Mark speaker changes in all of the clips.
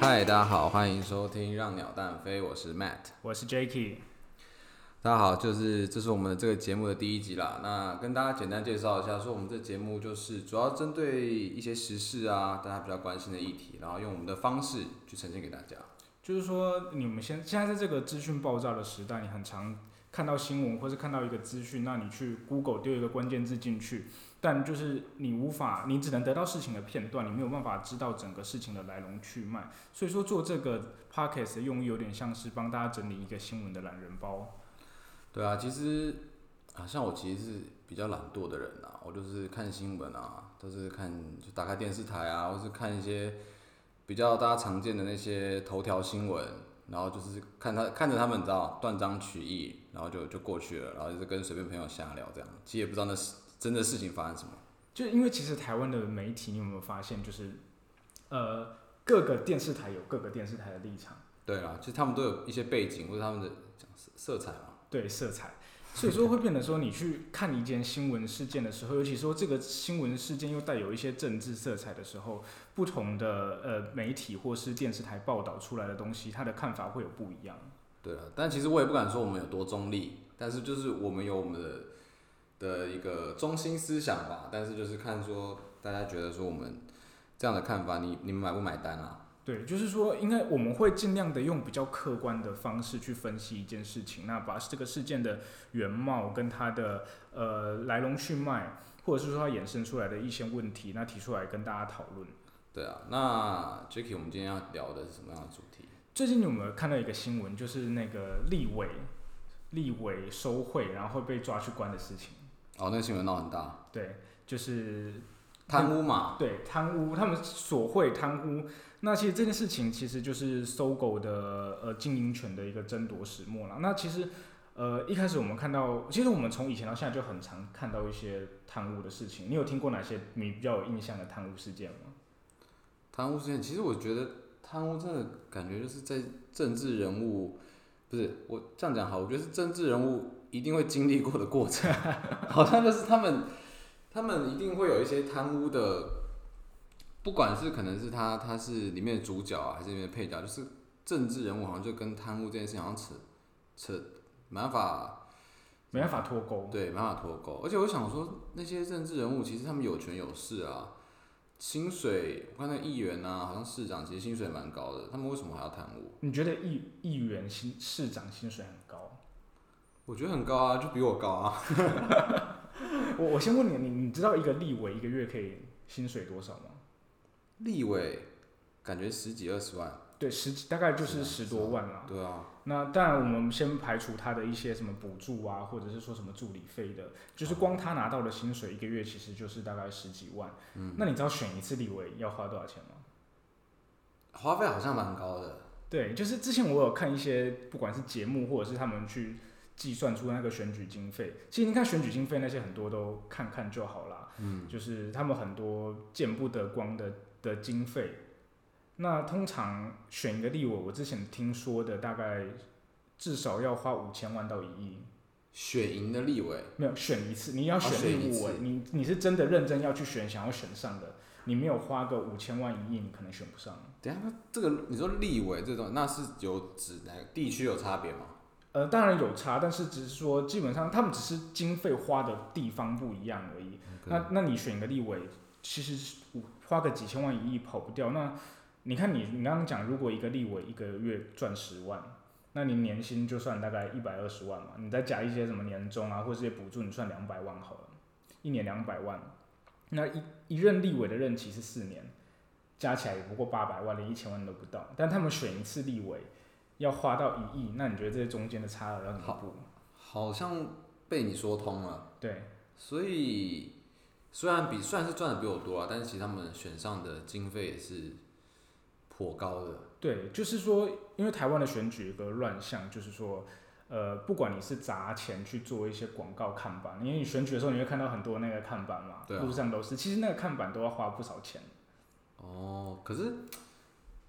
Speaker 1: 嗨，大家好，欢迎收听《让鸟蛋飞》，我是 Matt。
Speaker 2: 我是 Jacky，
Speaker 1: 大家好，就是这是我们的这个节目的第一集啦。那跟大家简单介绍一下，说我们这节目就是主要针对一些时事啊，大家比较关心的议题，然后用我们的方式去呈现给大家。
Speaker 2: 就是说你们现现在在这个资讯爆炸的时代，你很常看到新闻或是看到一个资讯，那你去 Google 丢一个关键字进去，但就是你无法，你只能得到事情的片段，你没有办法知道整个事情的来龙去脉。所以说做这个 Podcast 的用意有点像是帮大家整理一个新闻的懒人包。
Speaker 1: 对啊，其实啊，像我其实是比较懒惰的人啊，我就是看新闻啊，都是看就打开电视台啊，或是看一些比较大家常见的那些头条新闻，然后就是看他看着他们，你知道断章取义，然后就就过去了，然后就是跟随便朋友瞎聊这样，其实也不知道那是真的事情发生什么。
Speaker 2: 就因为其实台湾的媒体，你有没有发现，就是呃各个电视台有各个电视台的立场。
Speaker 1: 对啊，其实他们都有一些背景或者他们的讲色色彩嘛。
Speaker 2: 对色彩，所以说会变得说，你去看一件新闻事件的时候，尤其说这个新闻事件又带有一些政治色彩的时候，不同的呃媒体或是电视台报道出来的东西，他的看法会有不一样。
Speaker 1: 对啊，但其实我也不敢说我们有多中立，但是就是我们有我们的的一个中心思想吧。但是就是看说大家觉得说我们这样的看法，你你们买不买单啊？
Speaker 2: 对，就是说，应该我们会尽量的用比较客观的方式去分析一件事情，那把这个事件的原貌跟它的呃来龙去脉，或者是说它衍生出来的一些问题，那提出来跟大家讨论。
Speaker 1: 对啊，那 Jacky，我们今天要聊的是什么样的主题？
Speaker 2: 最近你有没有看到一个新闻，就是那个立委，立委收贿，然后被抓去关的事情？
Speaker 1: 哦，那个新闻闹很大，
Speaker 2: 对，就是
Speaker 1: 贪污嘛。
Speaker 2: 对贪污，他们索贿贪污。那其实这件事情其实就是搜狗的呃经营权的一个争夺始末了。那其实呃一开始我们看到，其实我们从以前到现在就很常看到一些贪污的事情。你有听过哪些你比较有印象的贪污事件吗？
Speaker 1: 贪污事件，其实我觉得贪污真的感觉就是在政治人物，不是我这样讲好，我觉得是政治人物一定会经历过的过程， 好像就是他们他们一定会有一些贪污的，不管是可能是他他是里面的主角啊，还是里面的配角，就是政治人物好像就跟贪污这件事情好像扯扯没办法
Speaker 2: 没办法脱钩。
Speaker 1: 对，没办法脱钩。而且我想说，那些政治人物其实他们有权有势啊，薪水，我看那议员啊，好像市长，其实薪水蛮高的，他们为什么还要贪污？
Speaker 2: 你觉得议议员薪市长薪水很高？
Speaker 1: 我觉得很高啊，就比我高啊。
Speaker 2: 我我先问你，你你知道一个立委一个月可以薪水多少吗？
Speaker 1: 立委感觉十几二十万，
Speaker 2: 对，十几大概就是
Speaker 1: 啊
Speaker 2: 是十多万啦。
Speaker 1: 对啊，
Speaker 2: 那当然，我们先排除他的一些什么补助啊，或者是说什么助理费的，
Speaker 1: 哦
Speaker 2: 就是光他拿到的薪水一个月其实就是大概十几万。
Speaker 1: 嗯，
Speaker 2: 那你知道选一次立委要花多少钱吗？
Speaker 1: 花费好像蛮高的。
Speaker 2: 对，就是之前我有看一些，不管是节目或者是他们去计算出那个选举经费，其实你看选举经费那些很多都看看就好啦，
Speaker 1: 嗯，
Speaker 2: 就是他们很多见不得光的的经费。那通常选一个立委，我之前听说的大概至少要花五千万到一亿，
Speaker 1: 选赢的立委，
Speaker 2: 没有选一次，你要
Speaker 1: 哦
Speaker 2: 选
Speaker 1: 选一
Speaker 2: 立
Speaker 1: 次
Speaker 2: 委，你你是真的认真要去选，想要选上的，你没有花个五千万一亿，你可能选不上。啊
Speaker 1: 等一下那这个你说立委这种，那是有指哪个地区有差别吗？
Speaker 2: 呃，当然有差，但是只是说基本上他们只是经费花的地方不一样而已。那那你选一个立委，其实是五花个几千万一亿跑不掉。那你看你你刚刚讲，如果一个立委一个月赚十万，那你年薪就算大概一百二十万嘛，你再加一些什么年终啊，或者一些补助，你算两百万好了，一年两百万。那一一任立委的任期是四年，加起来也不过八百万，连一千万都不到。但他们选一次立委要花到一亿，那你觉得这中间的差额要怎么
Speaker 1: 好
Speaker 2: 补？
Speaker 1: 好像被你说通了。
Speaker 2: 对，
Speaker 1: 所以虽然比虽然是赚的比我多啊，但是其实他们选上的经费也是颇高的。
Speaker 2: 对，就是说，因为台湾的选举有个乱象，就是说，呃，不管你是砸钱去做一些广告看板，因为你选举的时候你会看到很多那个看板嘛，
Speaker 1: 对啊
Speaker 2: 路上都是，其实那个看板都要花不少钱。
Speaker 1: 哦，可是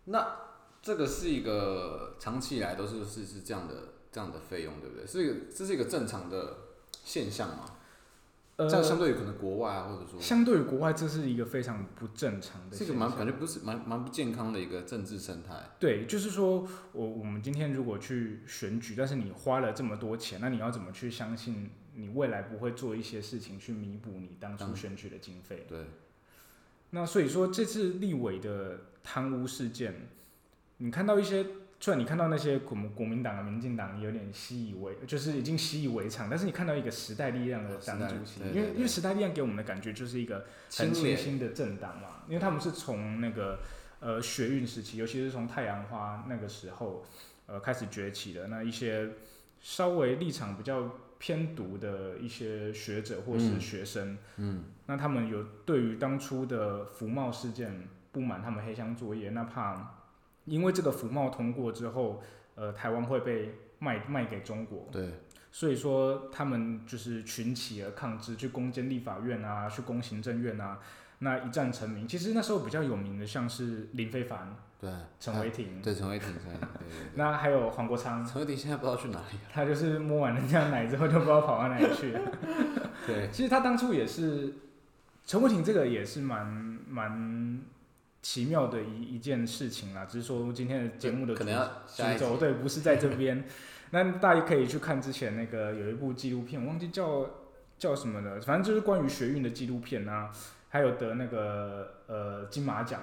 Speaker 1: 那这个是一个长期以来都是是是这样的这样的费用，对不对？是一个这是一个正常的现象嘛？
Speaker 2: 呃，
Speaker 1: 这样相对于可能国外啊，或者说
Speaker 2: 相对于国外，这是一个非常不正常的
Speaker 1: 这
Speaker 2: 现
Speaker 1: 个
Speaker 2: 象。
Speaker 1: 蛮感觉不是蛮蛮不健康的一个政治生态。
Speaker 2: 对，就是说我我们今天如果去选举，但是你花了这么多钱，那你要怎么去相信你未来不会做一些事情去弥补你当初
Speaker 1: 当
Speaker 2: 选举的经费？
Speaker 1: 对，
Speaker 2: 那所以说这次立委的贪污事件，你看到一些，虽然你看到那些国民国民党啊、民进党，你有点习以为，就是已经习以为常，但是你看到一个时代力量的党主
Speaker 1: 时
Speaker 2: 席
Speaker 1: 代，对
Speaker 2: 因为
Speaker 1: 对对
Speaker 2: 因为时代力量给我们的感觉就是一个很
Speaker 1: 清
Speaker 2: 清
Speaker 1: 廉，
Speaker 2: 新的政党嘛，因为他们是从那个呃学运时期，尤其是从太阳花那个时候，呃开始崛起的那一些稍微立场比较偏独的一些学者或是
Speaker 1: 嗯
Speaker 2: 学生。
Speaker 1: 嗯，
Speaker 2: 那他们有对于当初的服贸事件不满，他们黑箱作业，那怕因为这个服贸通过之后，呃，台湾会被卖卖给中国，
Speaker 1: 对，
Speaker 2: 所以说他们就是群起而抗之，去攻坚立法院啊，去攻行政院啊，那一战成名。其实那时候比较有名的像是林非凡、
Speaker 1: 对，
Speaker 2: 陈伟霆，
Speaker 1: 啊对陈伟霆，陈伟霆，对对对。
Speaker 2: 那还有黄国昌，
Speaker 1: 陈伟霆现在不知道去哪里了。
Speaker 2: 他就是摸完人家奶之后就不知道跑到哪里去了。
Speaker 1: 对，
Speaker 2: 其实他当初也是陈伟霆，这个也是蛮蛮奇妙的一一件事情啦。只是说今天的节目的
Speaker 1: 可
Speaker 2: 主
Speaker 1: 能要下一
Speaker 2: 主轴
Speaker 1: 周。
Speaker 2: 对不是在这边， 那大家可以去看之前那个有一部纪录片，我忘记叫叫什么了，反正就是关于学运的纪录片啊，还有得那个呃金马奖。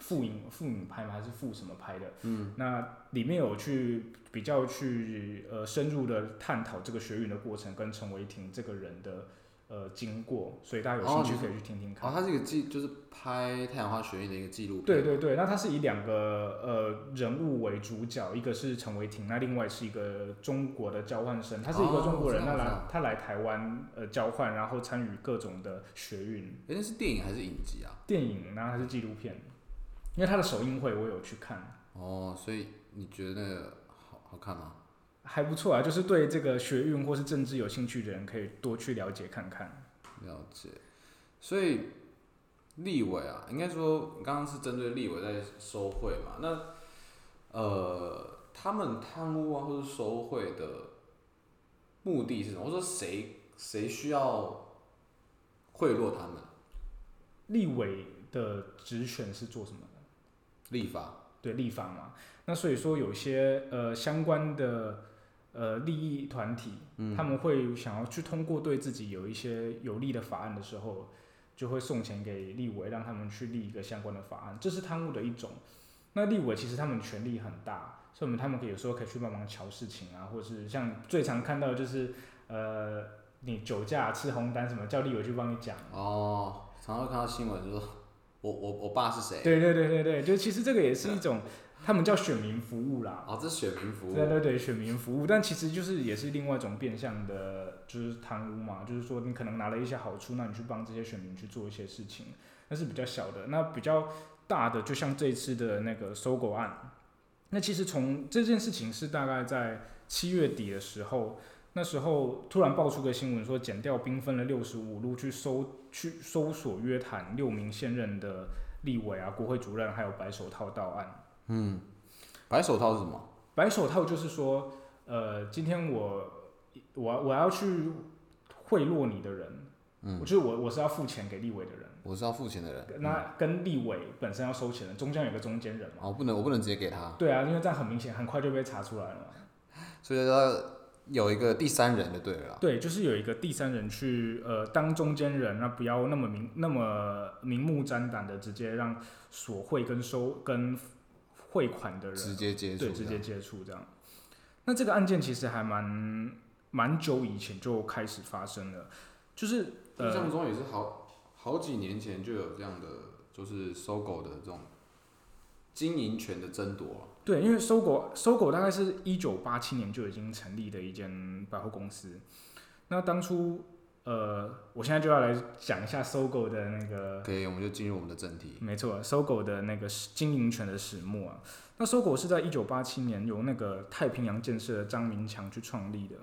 Speaker 2: 副影副影拍吗？还是副什么拍的？
Speaker 1: 嗯，
Speaker 2: 那里面有去比较去呃深入的探讨这个学运的过程跟陈伟霆这个人的呃经过，所以大家有
Speaker 1: 哦
Speaker 2: 兴趣
Speaker 1: 你
Speaker 2: 可以去听听看。
Speaker 1: 哦，他是一个纪，就是拍太阳花学运的一个纪录片。
Speaker 2: 对对对，那它是以两个呃人物为主角，一个是陈伟霆，那另外是一个中国的交换生，他是一个
Speaker 1: 哦
Speaker 2: 中国人，
Speaker 1: 我知道我知
Speaker 2: 那来
Speaker 1: 道
Speaker 2: 他来台湾呃交换，然后参与各种的学运
Speaker 1: 诶，那是电影还是影集啊？
Speaker 2: 电影，然后还是纪录片，因为他的首映会我有去看，
Speaker 1: 哦，所以你觉得那个好好看吗？
Speaker 2: 还不错啊，就是对这个学运或是政治有兴趣的人可以多去了解看看。
Speaker 1: 了解，所以立委啊，应该说刚刚是针对立委在收贿嘛，那呃，他们贪污啊或者收贿的目的是什么？我说谁谁需要贿赂他们？
Speaker 2: 立委的职权是做什么的？
Speaker 1: 立法
Speaker 2: 对立法嘛。那所以说，有些呃相关的呃利益团体，他们会想要去通过对自己有一些有利的法案的时候，就会送钱给立委，让他们去立一个相关的法案，这是贪污的一种。那立委其实他们权力很大，所以我们他们可以有时候可以去帮忙瞧事情啊，或是像最常看到的就是呃你酒驾吃红单什么，叫立委去帮你讲。
Speaker 1: 哦，常常会看到新闻就说，我我我爸是谁？
Speaker 2: 对对对对对，就其实这个也是一种，他们叫选民服务啦。
Speaker 1: 哦，这是选民服务
Speaker 2: 对，对对，选民服务，但其实就是也是另外一种变相的，就是贪污嘛，就是说你可能拿了一些好处，那你去帮这些选民去做一些事情，那是比较小的。那比较大的，就像这一次的那个搜狗案，那其实从这件事情是大概在七月底的时候，那时候突然爆出个新闻说，检调兵分了六十五路去搜去搜索约谈六名现任的立委啊、国会主任，还有白手套到案。
Speaker 1: 嗯，白手套是什么？
Speaker 2: 白手套就是说，呃，今天我我我要去贿赂你的人，
Speaker 1: 嗯
Speaker 2: 我就是我我是要付钱给立委的人，
Speaker 1: 我是要付钱的人，嗯、
Speaker 2: 那跟立委本身要收钱的，中间有个中间人嘛。
Speaker 1: 哦，不能我不能直接给他，
Speaker 2: 对啊，因为这样很明显，很快就被查出来了嘛。
Speaker 1: 所以要有一个第三人就对了啦。
Speaker 2: 对，就是有一个第三人去呃当中间人，那不要那么明那么明目张胆的直接让索贿跟收跟汇款的人
Speaker 1: 直接接触这
Speaker 2: 对，
Speaker 1: 样，
Speaker 2: 直接接触这样。那这个案件其实还蛮蛮久以前就开始发生了，就是
Speaker 1: 印象
Speaker 2: 呃，
Speaker 1: 中也是好好几年前就有这样的，就是搜狗的这种经营权的争夺啊、
Speaker 2: 对，因为搜狗搜狗大概是一九八七年就已经成立的一间百货公司。那当初呃，我现在就要来讲一下搜狗的那个
Speaker 1: 可以，我们就进入我们的正题。
Speaker 2: 没错，搜狗的那个始经营权的始末啊。那搜狗是在一九八七年由那个太平洋建设的张明强去创立的。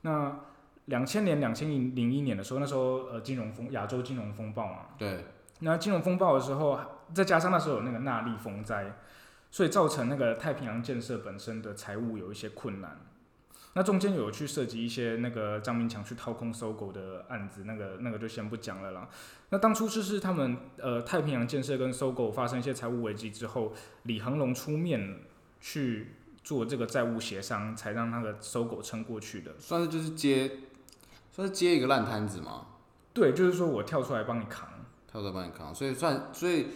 Speaker 2: 那两千年、两千零一年的时候，那时候呃金融风亚洲金融风暴嘛，
Speaker 1: 对，
Speaker 2: 那金融风暴的时候，再加上那时候有那个纳利风灾，所以造成那个太平洋建设本身的财务有一些困难。那中间有去涉及一些那个张明强去掏空搜狗的案子，那个那个就先不讲了啦。那当初就是他们呃太平洋建设跟搜狗发生一些财务危机之后，李恒龙出面去做这个债务协商，才让那个搜狗撑过去的。
Speaker 1: 算是就是接，算是接一个烂摊子嘛，
Speaker 2: 对，就是说我跳出来帮你扛。
Speaker 1: 跳出来帮你扛，所以算所以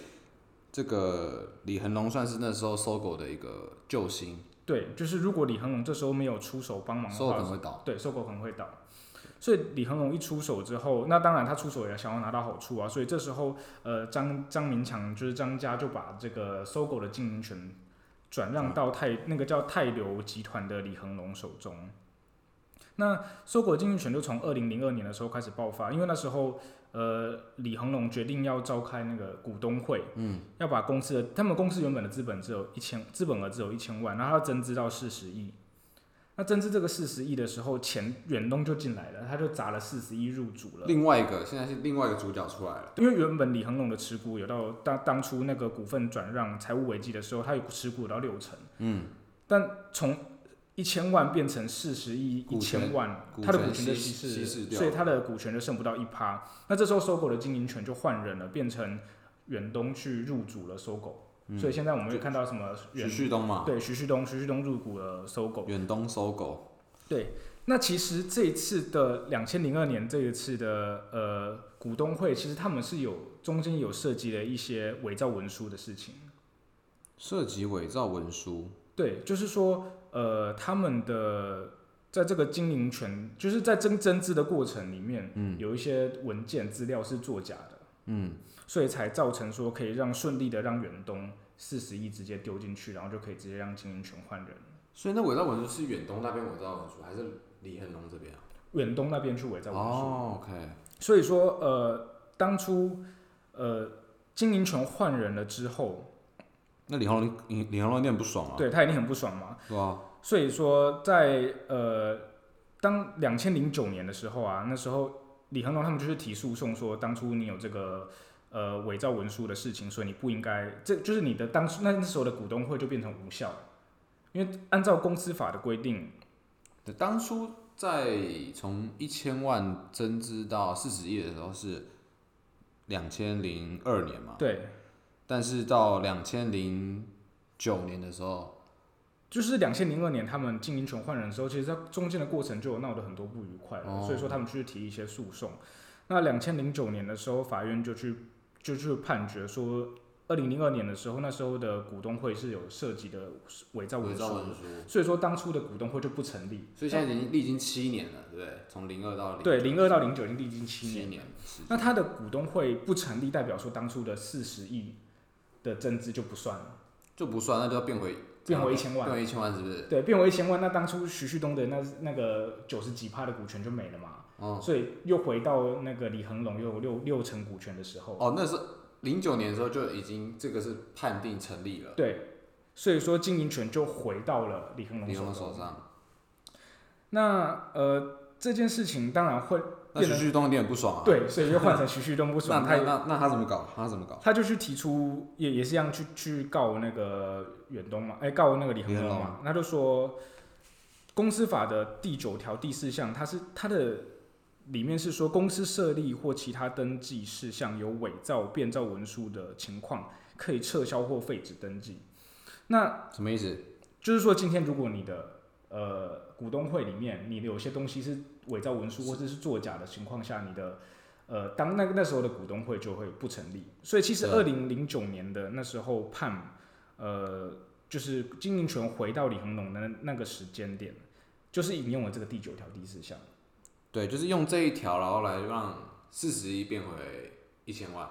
Speaker 1: 这个李恒龙算是那时候搜狗的一个救星，
Speaker 2: 对，就是如果李恒龙这时候没有出手帮忙的
Speaker 1: 搜狗可
Speaker 2: 话，
Speaker 1: 能会倒。
Speaker 2: 对，搜狗可能会倒。所以李恒龙一出手之后，那当然他出手也想要拿到好处啊，所以这时候呃张张明强就是张家就把这个搜狗的经营权转让到泰、那个叫泰流集团的李恒龙手中。那搜狗经营权就从二零零二年的时候开始爆发，因为那时候呃李恒龙决定要召开那个股东会，
Speaker 1: 嗯，
Speaker 2: 要把公司的他们公司原本的资本只有一千，资本额只有一千万，然后要增资到四十亿。那增资这个四十亿的时候，钱远东就进来了，他就砸了四十亿入主了。
Speaker 1: 另外一个现在是另外一个主角出来了，
Speaker 2: 因为原本李恒龙的持股有到当当初那个股份转让财务危机的时候，他有持股有到六成，
Speaker 1: 嗯，
Speaker 2: 但从一千万变成四十亿一
Speaker 1: 股权
Speaker 2: 千万
Speaker 1: 股，权
Speaker 2: 他的股权就
Speaker 1: 稀
Speaker 2: 稀
Speaker 1: 稀释
Speaker 2: 释，
Speaker 1: 掉
Speaker 2: 所以他的股权就剩不到一趴。那这时候搜狗的经营权就换人了，变成远东去入主了搜
Speaker 1: 嗯
Speaker 2: 狗。所以现在我们会看到什么远
Speaker 1: 徐旭东嘛，
Speaker 2: 对徐旭东，徐旭东入股了搜狗。
Speaker 1: 远东搜狗，
Speaker 2: 那其实这一次的两千零二年这一次的呃股东会，其实他们是有中间有涉及了一些伪造文书的事情。
Speaker 1: 涉及伪造文书，
Speaker 2: 对，就是说呃他们的在这个经营权，就是在增增资的过程里面，
Speaker 1: 嗯
Speaker 2: 有一些文件资料是作假的，
Speaker 1: 嗯，
Speaker 2: 所以才造成说可以让顺利的让远东四十亿直接丢进去，然后就可以直接让经营权换人。
Speaker 1: 所以那伪造文书是远东那边伪造文书，还是李恒龙这边啊？
Speaker 2: 远东那边去伪造文书。
Speaker 1: 哦，OK，
Speaker 2: 所以说，呃，当初呃经营权换人了之后，
Speaker 1: 那李恒龙李李恒龙一定很不爽啊，
Speaker 2: 对他一定很不爽嘛。
Speaker 1: 是吧？
Speaker 2: 所以说在，呃当两千零九年的时候啊，那时候李恒龙他们就是提诉讼说，当初你有这个。呃，伪造文书的事情，所以你不应该，这就是你的当初那时候的股东会就变成无效，因为按照公司法的规定，
Speaker 1: 对，当初在从一千万增资到四十亿的时候是两千零二年嘛，
Speaker 2: 对，
Speaker 1: 但是到两千零九年的时候，
Speaker 2: 就是两千零二年他们经营权换人的时候，其实在中间的过程就有闹得很多不愉快了，
Speaker 1: 哦
Speaker 2: 所以说他们去提一些诉讼。那两千零九年的时候，法院就去就去判决说，二零零二年的时候，那时候的股东会是有涉及的伪造文
Speaker 1: 伪
Speaker 2: 书
Speaker 1: 造文
Speaker 2: 的，
Speaker 1: 书，
Speaker 2: 所以说当初的股东会就不成立。
Speaker 1: 所以现在已经历经七年了，对不对？从零二到零
Speaker 2: 对零二到零九已经历经七
Speaker 1: 哦七
Speaker 2: 年，
Speaker 1: 年时间，
Speaker 2: 那他的股东会不成立，代表说当初的四十亿的增资就不算了，
Speaker 1: 就不算，那就要变回
Speaker 2: 变为一千万
Speaker 1: 变。回一千万是不是？
Speaker 2: 对，变为一千万，那当初徐旭东的那那个九十几趴的股权就没了嘛，
Speaker 1: 哦
Speaker 2: 所以又回到那个李恒龙又有六六成股权的时候，
Speaker 1: 哦，那是零九年的时候就已经这个是判定成立了，
Speaker 2: 对，所以说经营权就回到了李恒龙
Speaker 1: 李
Speaker 2: 手
Speaker 1: 荣
Speaker 2: 中。
Speaker 1: 手上，
Speaker 2: 那呃这件事情当然会
Speaker 1: 那徐
Speaker 2: 变
Speaker 1: 旭东一定很不爽啊，，
Speaker 2: 对，所以又换成徐旭东不
Speaker 1: 那
Speaker 2: 爽，他
Speaker 1: 那
Speaker 2: 也
Speaker 1: 那那他怎么搞？他怎么搞？
Speaker 2: 他就去提出也也是一样去去告那个远东嘛，哎、告那个李恒
Speaker 1: 李
Speaker 2: 龙
Speaker 1: 恒
Speaker 2: 嘛，他就说公司法的第九条第四项，它是它的里面是说公司设立或其他登记事项有伪造、变造文书的情况，可以撤销或废止登记。那
Speaker 1: 什么意思？
Speaker 2: 就是说，今天如果你的呃股东会里面你的有些东西是伪造文书或者是作假的情况下，你的呃当那那时候的股东会就会不成立。所以其实二
Speaker 1: 对
Speaker 2: 零零九年的那时候判呃就是经营权回到李恒龙的那那个时间点，就是引用了这个第九条第四项。
Speaker 1: 对，就是用这一条，然后来让四十一变回一千万，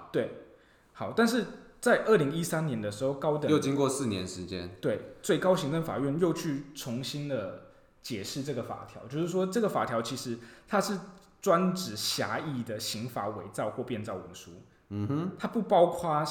Speaker 2: 好，但是在二零一三年的时候，高等
Speaker 1: 又经过四年时间，
Speaker 2: 对，最高行政法院又去重新的解释这个法条，就是说这个法条其实它是专指狭义的刑法伪造或变造文书，
Speaker 1: 嗯哼，
Speaker 2: 它不包括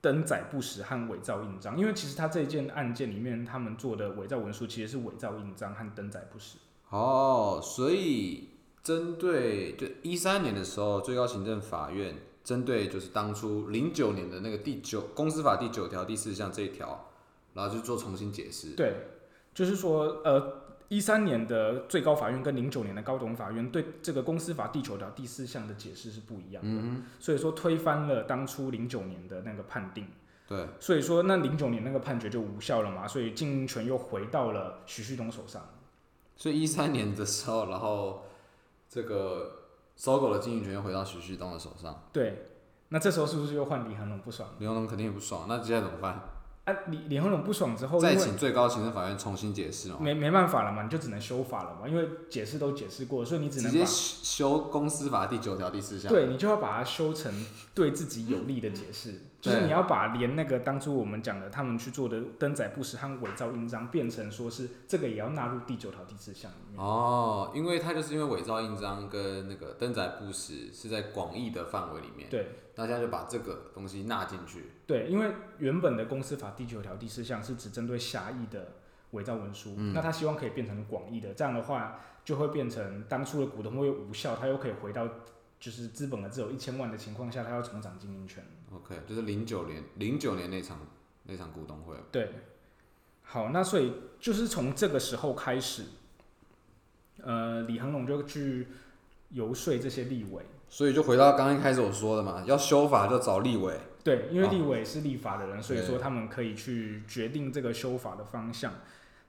Speaker 2: 登载不实和伪造印章，因为其实它这件案件里面他们做的伪造文书其实是伪造印章和登载不实。
Speaker 1: 哦，所以针对就一三年的时候，最高行政法院针对就是当初零九年的那个第九公司法第九条第四项这一条，然后就做重新解释，
Speaker 2: 对，就是说呃，一三年的最高法院跟零九年的高等法院对这个公司法第九条第四项的解释是不一样的，
Speaker 1: 嗯
Speaker 2: 所以说推翻了当初零九年的那个判定。
Speaker 1: 哼，对，
Speaker 2: 所以说，那零九年那个判决就无效了嘛，所以经营权又回到了徐旭东手上。
Speaker 1: 所以一三年的时候，然后这个搜狗的经营权又回到徐旭东的手上，
Speaker 2: 对，那这时候是不是又换李恒龙不爽？
Speaker 1: 李永龙肯定也不爽，那接下来怎么办？
Speaker 2: 啊，李李恒龙不爽之后，
Speaker 1: 再
Speaker 2: 因为
Speaker 1: 请最高行政法院重新解释哦，
Speaker 2: 没没办法了嘛，你就只能修法了嘛，因为解释都解释过，所以你只
Speaker 1: 直
Speaker 2: 能
Speaker 1: 接
Speaker 2: 把
Speaker 1: 修公司法第九条第四项。
Speaker 2: 对你就要把它修成对自己有利的解释，就是
Speaker 1: 嗯对
Speaker 2: 你要把连那个当初我们讲的他们去做的登载不实和伪造印章，变成说是这个也要纳入第九条第四项里面。
Speaker 1: 哦，因为他就是因为伪造印章跟那个登载不实是在广义的范围里面，
Speaker 2: 对
Speaker 1: 大家就把这个东西纳进去。
Speaker 2: 对，因为原本的公司法第九条第四项是只针对狭义的伪造文书，
Speaker 1: 嗯
Speaker 2: 那他希望可以变成广义的，这样的话就会变成当初的股东会无效，他又可以回到就是资本额只有一千万的情况下，他要重掌经营权。
Speaker 1: OK，就是零九年零九年那场那场股东会，
Speaker 2: 对，好，那所以就是从这个时候开始，呃，李恒龙就去游说这些立委，
Speaker 1: 所以就回到刚刚一开始我说的嘛，要修法就找立委。
Speaker 2: 对，因为
Speaker 1: 哦
Speaker 2: 立委是立法的人，所以
Speaker 1: 对
Speaker 2: 说他们可以去决定这个修法的方向。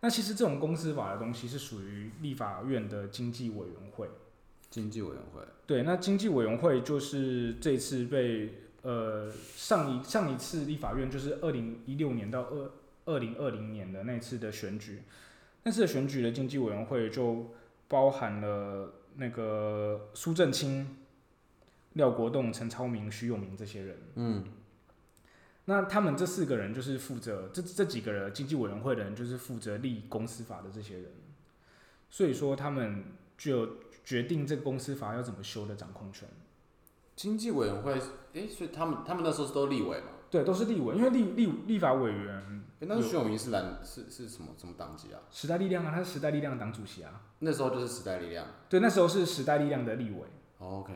Speaker 2: 那其实这种公司法的东西是属于立法院的经济委员会，
Speaker 1: 经济委员会，
Speaker 2: 对，那经济委员会就是这次被呃上一上一次立法院就是二零一六年到二二零二零年的那次的选举，那次的选举的经济委员会就包含了那个苏正清、廖国栋、陈超明、徐永明这些人。
Speaker 1: 嗯，
Speaker 2: 那他们这四个人就是负责这这几个人经济委员会的人，就是负责立公司法的这些人，所以说他们具有决定这个公司法要怎么修的掌控权。
Speaker 1: 经济委员会，诶，所以他们他们那时候是都立委嘛？
Speaker 2: 对，都是立委，因为立立立法委员
Speaker 1: 诶，那时候徐永明是蓝是是什么什么党籍啊？
Speaker 2: 时代力量啊，他是时代力量的党主席啊。
Speaker 1: 那时候就是时代力量。
Speaker 2: 对，那时候是时代力量的立委。
Speaker 1: 哦 OK，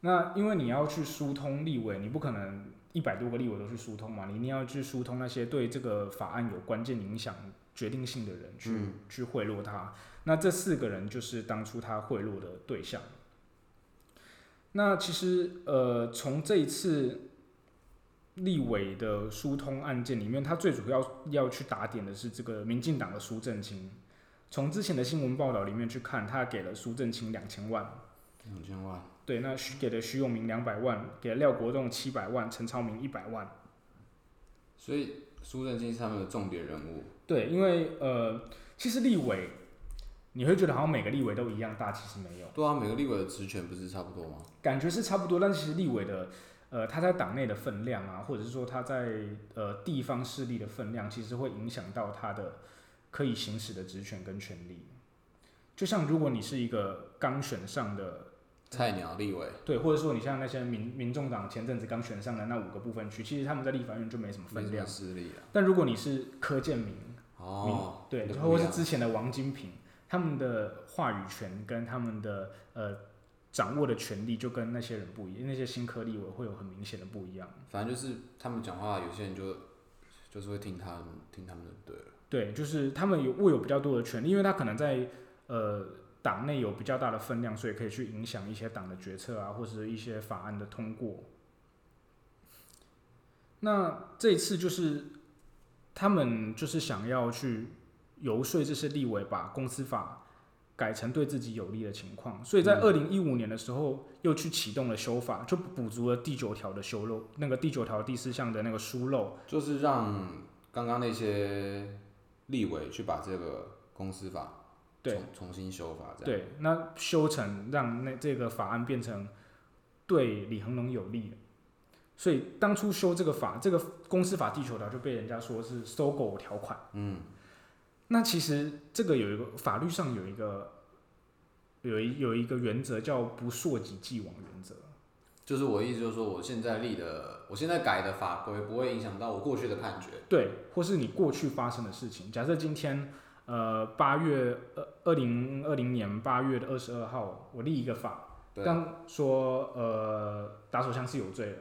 Speaker 2: 那因为你要去疏通立委，你不可能一百多个立委都去疏通嘛，你一定要去疏通那些对这个法案有关键影响、决定性的人去、
Speaker 1: 嗯
Speaker 2: 去贿赂他。那这四个人就是当初他贿赂的对象。那其实呃，从这一次立委的疏通案件里面，他最主要要去打点的是这个民进党的苏正清。从之前的新闻报道里面去看，他给了苏正清两千万。
Speaker 1: 两千万。
Speaker 2: 对，那徐给了徐永明两百万，给了廖国栋七百万，陈超明一百万。
Speaker 1: 所以苏正清是他们的重点人物。
Speaker 2: 对，因为呃，其实立委你会觉得好像每个立委都一样大，其实没有，
Speaker 1: 对啊，每个立委的职权不是差不多吗？
Speaker 2: 感觉是差不多，但其实立委的呃他在党内的分量啊，或者是说他在呃地方势力的分量，其实会影响到他的可以行使的职权跟权利。就像如果你是一个刚选上的
Speaker 1: 菜鸟立委
Speaker 2: 对，或者说你像那些民民众党前阵子刚选上的那五个部分区，其实他们在立法院就没什么
Speaker 1: 没
Speaker 2: 分
Speaker 1: 什
Speaker 2: 量
Speaker 1: 么。势力啊。
Speaker 2: 但如果你是柯建明，
Speaker 1: 哦，
Speaker 2: 对，
Speaker 1: 那
Speaker 2: 或
Speaker 1: 不一
Speaker 2: 是
Speaker 1: 样
Speaker 2: 之前的王金平，他们的话语权跟他们的呃掌握的权利就跟那些人不一样，那些新科立委会有很明显的不一样。
Speaker 1: 反正就是他们讲话，有些人就就是会听他们听他们的，对了。
Speaker 2: 对，就是他们有握有比较多的权利，因为他可能在呃党内有比较大的分量，所以可以去影响一些党的决策啊，或者是一些法案的通过。那这一次就是他们就是想要去游说这些立委把公司法改成对自己有利的情况，所以
Speaker 1: 嗯
Speaker 2: 在二零一五年的时候又去启动了修法，就补足了第九条的修漏，那个第九条第四项的那个疏漏，
Speaker 1: 就是让刚刚那些立委去把这个公司法
Speaker 2: 对
Speaker 1: 重重新修法，这样。
Speaker 2: 对，那修成让那这个法案变成对李恒龙有利的，所以当初修这个法，这个公司法第九条就被人家说是搜狗条款。
Speaker 1: 嗯，
Speaker 2: 那其实这个有一个法律上有一个有一有一个原则叫不溯及既往原则。
Speaker 1: 就是我的意思，就是说我现在立的，我现在改的法规不会影响到我过去的判决。
Speaker 2: 对，或是你过去发生的事情。假设今天，呃，八月呃二零二零年八月的二十二号，我立一个法，
Speaker 1: 对
Speaker 2: 当说呃打手枪是有罪的。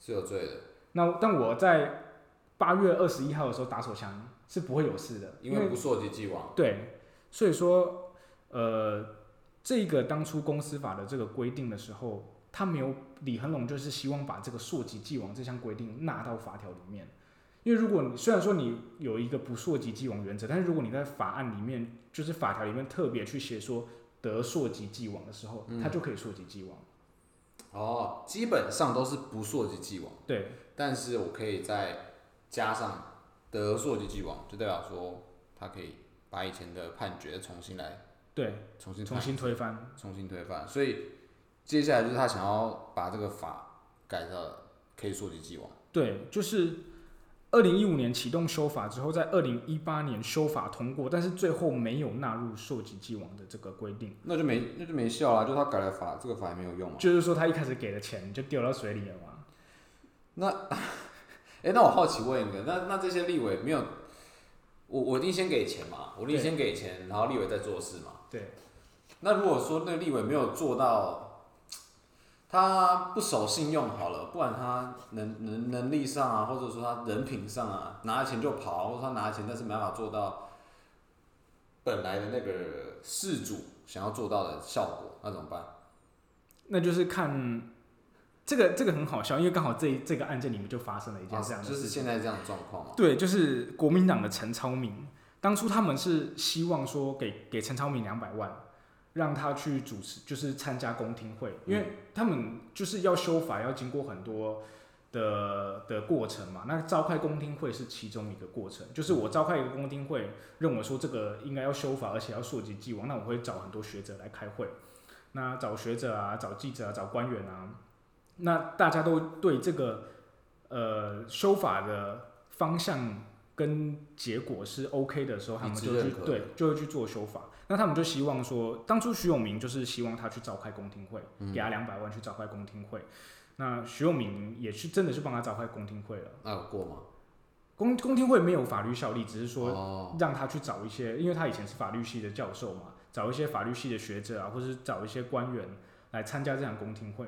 Speaker 1: 是有罪的，
Speaker 2: 那但我在八月二十一号的时候打手枪是不会有事的，因
Speaker 1: 因为不溯及既往。
Speaker 2: 对，所以说，呃，这个当初公司法的这个规定的时候，他没有李恒龙就是希望把这个溯及既往这项规定纳到法条里面。因为如果你虽然说你有一个不溯及既往原则，但是如果你在法案里面，就是法条里面特别去写说得溯及既往的时候，
Speaker 1: 嗯
Speaker 2: 它就可以溯及既往。
Speaker 1: 哦，基本上都是不溯及既往，
Speaker 2: 对，
Speaker 1: 但是我可以再加上得溯及既往，就代表说他可以把以前的判决重新来
Speaker 2: 对，
Speaker 1: 重新
Speaker 2: 重
Speaker 1: 判
Speaker 2: 新推翻。
Speaker 1: 重新推翻，所以接下来就是他想要把这个法改到可以溯及既往。
Speaker 2: 对，就是二零一五年启动修法之后，在二零一八年修法通过，但是最后没有纳入溯及既往的这个规定，
Speaker 1: 那就没那就没效啦，就他改了法，这个法也没有用嘛。
Speaker 2: 就是说他一开始给的钱就丢到水里了嘛。
Speaker 1: 哎、那我好奇问一个，那那这些立委没有，我我一定先给钱嘛，我一定
Speaker 2: 对
Speaker 1: 先给钱，然后立委再做事嘛。
Speaker 2: 对，
Speaker 1: 那如果说那个立委没有做到，他不守信用好了，不管他能能能力上啊，或者说他人品上啊，拿了钱就跑，或者他拿了钱但是没办法做到本来的那个事主想要做到的效果，那怎么办？
Speaker 2: 那就是看这个这个很好笑，因为刚好这这个案件里面就发生了一件这样
Speaker 1: 啊哦
Speaker 2: 的
Speaker 1: 就
Speaker 2: 事
Speaker 1: 是
Speaker 2: 情。
Speaker 1: 现在这样的状况嘛。
Speaker 2: 对，就是国民党的陈超明，当初他们是希望说给给陈超明两百万，让他去主持，就是参加公听会，因为他们就是要修法，要经过很多的的过程嘛。那召开公听会是其中一个过程，就是我召开一个公听会，认为说这个应该要修法，而且要溯及既往，那我会找很多学者来开会，那找学者啊，找记者啊，找官员啊，那大家都对这个呃修法的方向跟结果是 OK 的时候，他们
Speaker 1: 一致
Speaker 2: 就去
Speaker 1: 认可
Speaker 2: 对就会去做修法。那他们就希望说，当初徐永明就是希望他去召开公听会，
Speaker 1: 嗯
Speaker 2: 给他两百万去召开公听会。那徐永明也是真的是帮他召开公听会了。
Speaker 1: 那有过吗？
Speaker 2: 公公听会没有法律效力，只是说
Speaker 1: 哦，
Speaker 2: 让他去找一些，因为他以前是法律系的教授嘛，找一些法律系的学者啊，或者是找一些官员来参加这场公听会。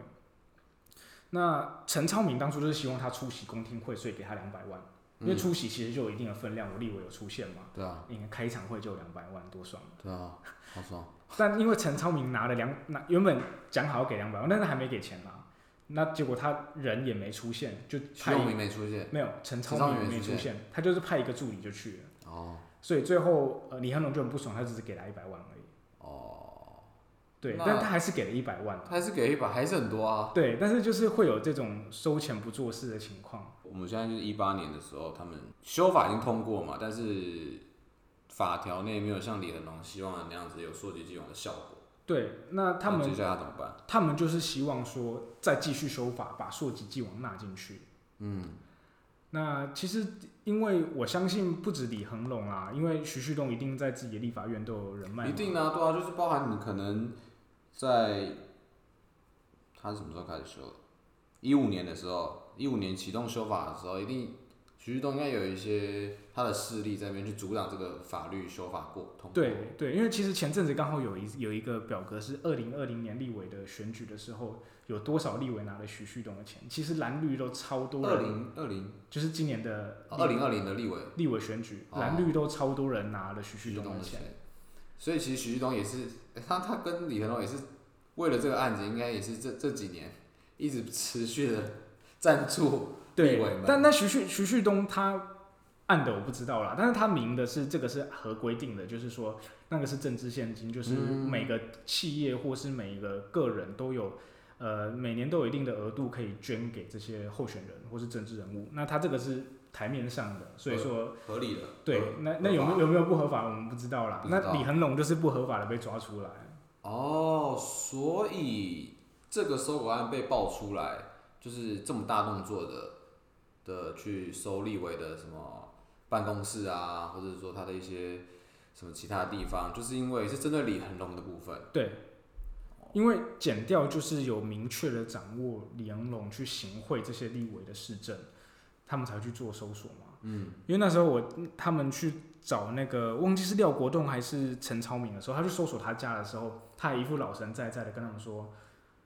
Speaker 2: 那陈超明当初就是希望他出席公听会，所以给他两百万，因为
Speaker 1: 嗯
Speaker 2: 出席其实就有一定的分量，我立委有出现嘛，
Speaker 1: 对啊，
Speaker 2: 应该开一场会就有两百万，多爽！
Speaker 1: 对啊，好 爽。
Speaker 2: 但因为陈超明拿了两，拿原本讲好要给两百万，但是还没给钱啦，那结果他人也没出现，就
Speaker 1: 徐
Speaker 2: 派
Speaker 1: 永明没出现。
Speaker 2: 没有陈
Speaker 1: 陈超
Speaker 2: 超
Speaker 1: 明
Speaker 2: 明
Speaker 1: 没
Speaker 2: 没
Speaker 1: 出
Speaker 2: 出现，他就是派一个助理就去了。
Speaker 1: 哦
Speaker 2: 所以最后呃李恒龙就很不爽，他只是给他一百万而已。
Speaker 1: 哦，
Speaker 2: 对，
Speaker 1: 那
Speaker 2: 但他还是给了一百万。
Speaker 1: 他还是给一把，还是很多啊。
Speaker 2: 对，但是就是会有这种收钱不做事的情况。
Speaker 1: 我们现在就是一八年的时候，他们修法已经通过嘛，但是法条内没有像李恒龙希望的那样子有溯及既往的效果。
Speaker 2: 对，那他
Speaker 1: 那
Speaker 2: 们
Speaker 1: 接下来怎么办？
Speaker 2: 他们就是希望说再继续修法，把溯及既往纳进去。
Speaker 1: 嗯，
Speaker 2: 那其实因为我相信不止李恒龙啊，因为徐旭东一定在自己的立法院都有人脉嘛，
Speaker 1: 一定啊，对啊，就是包含你可能在他是什么时候开始修的？一五年的时候，一五年启动修法的时候，一定徐旭东应该有一些他的势力在那边去阻挡这个法律修法过通过。
Speaker 2: 对对，因为其实前阵子刚好有一有一个表格是二零二零年立委的选举的时候，有多少立委拿了徐旭东的钱？其实蓝绿都超多
Speaker 1: 二
Speaker 2: 人，
Speaker 1: 零二零哦
Speaker 2: 就是今年的
Speaker 1: 二零二零的立委
Speaker 2: 立委选举，
Speaker 1: 哦
Speaker 2: 蓝绿都超多人拿了徐
Speaker 1: 徐
Speaker 2: 旭
Speaker 1: 旭
Speaker 2: 东
Speaker 1: 东
Speaker 2: 的
Speaker 1: 的
Speaker 2: 钱
Speaker 1: 钱。，所以其实徐旭东也是，欸他他跟李恒龙也是为了这个案子，应该也是这这几年一直持续的 赞助立
Speaker 2: 对
Speaker 1: 委们，
Speaker 2: 但那徐旭徐旭东他暗的我不知道啦，但是他明的是这个是合规定的，就是说那个是政治现金，就是
Speaker 1: 嗯
Speaker 2: 每个企业或是每一个个人都有。呃，每年都有一定的额度可以捐给这些候选人或是政治人物，那他这个是台面上的，所以说
Speaker 1: 合理的。
Speaker 2: 对
Speaker 1: 呃合，
Speaker 2: 那那有没有有没有不合法，我们不知道啦。
Speaker 1: 不知道
Speaker 2: 那李恒龙就是不合法的被抓出来，
Speaker 1: 哦，所以这个搜狗案被爆出来，就是这么大动作的的去搜立委的什么办公室啊，或者是说他的一些什么其他地方，就是因为是针对李恒龙的部分。
Speaker 2: 对，因为减掉就是有明确的掌握李阳龙去行贿这些立委的市政，他们才去做搜索嘛。
Speaker 1: 嗯，
Speaker 2: 因为那时候我他们去找那个忘记是廖国栋还是陈超明的时候，他去搜索他家的时候，他还一副老神在在的跟他们说：“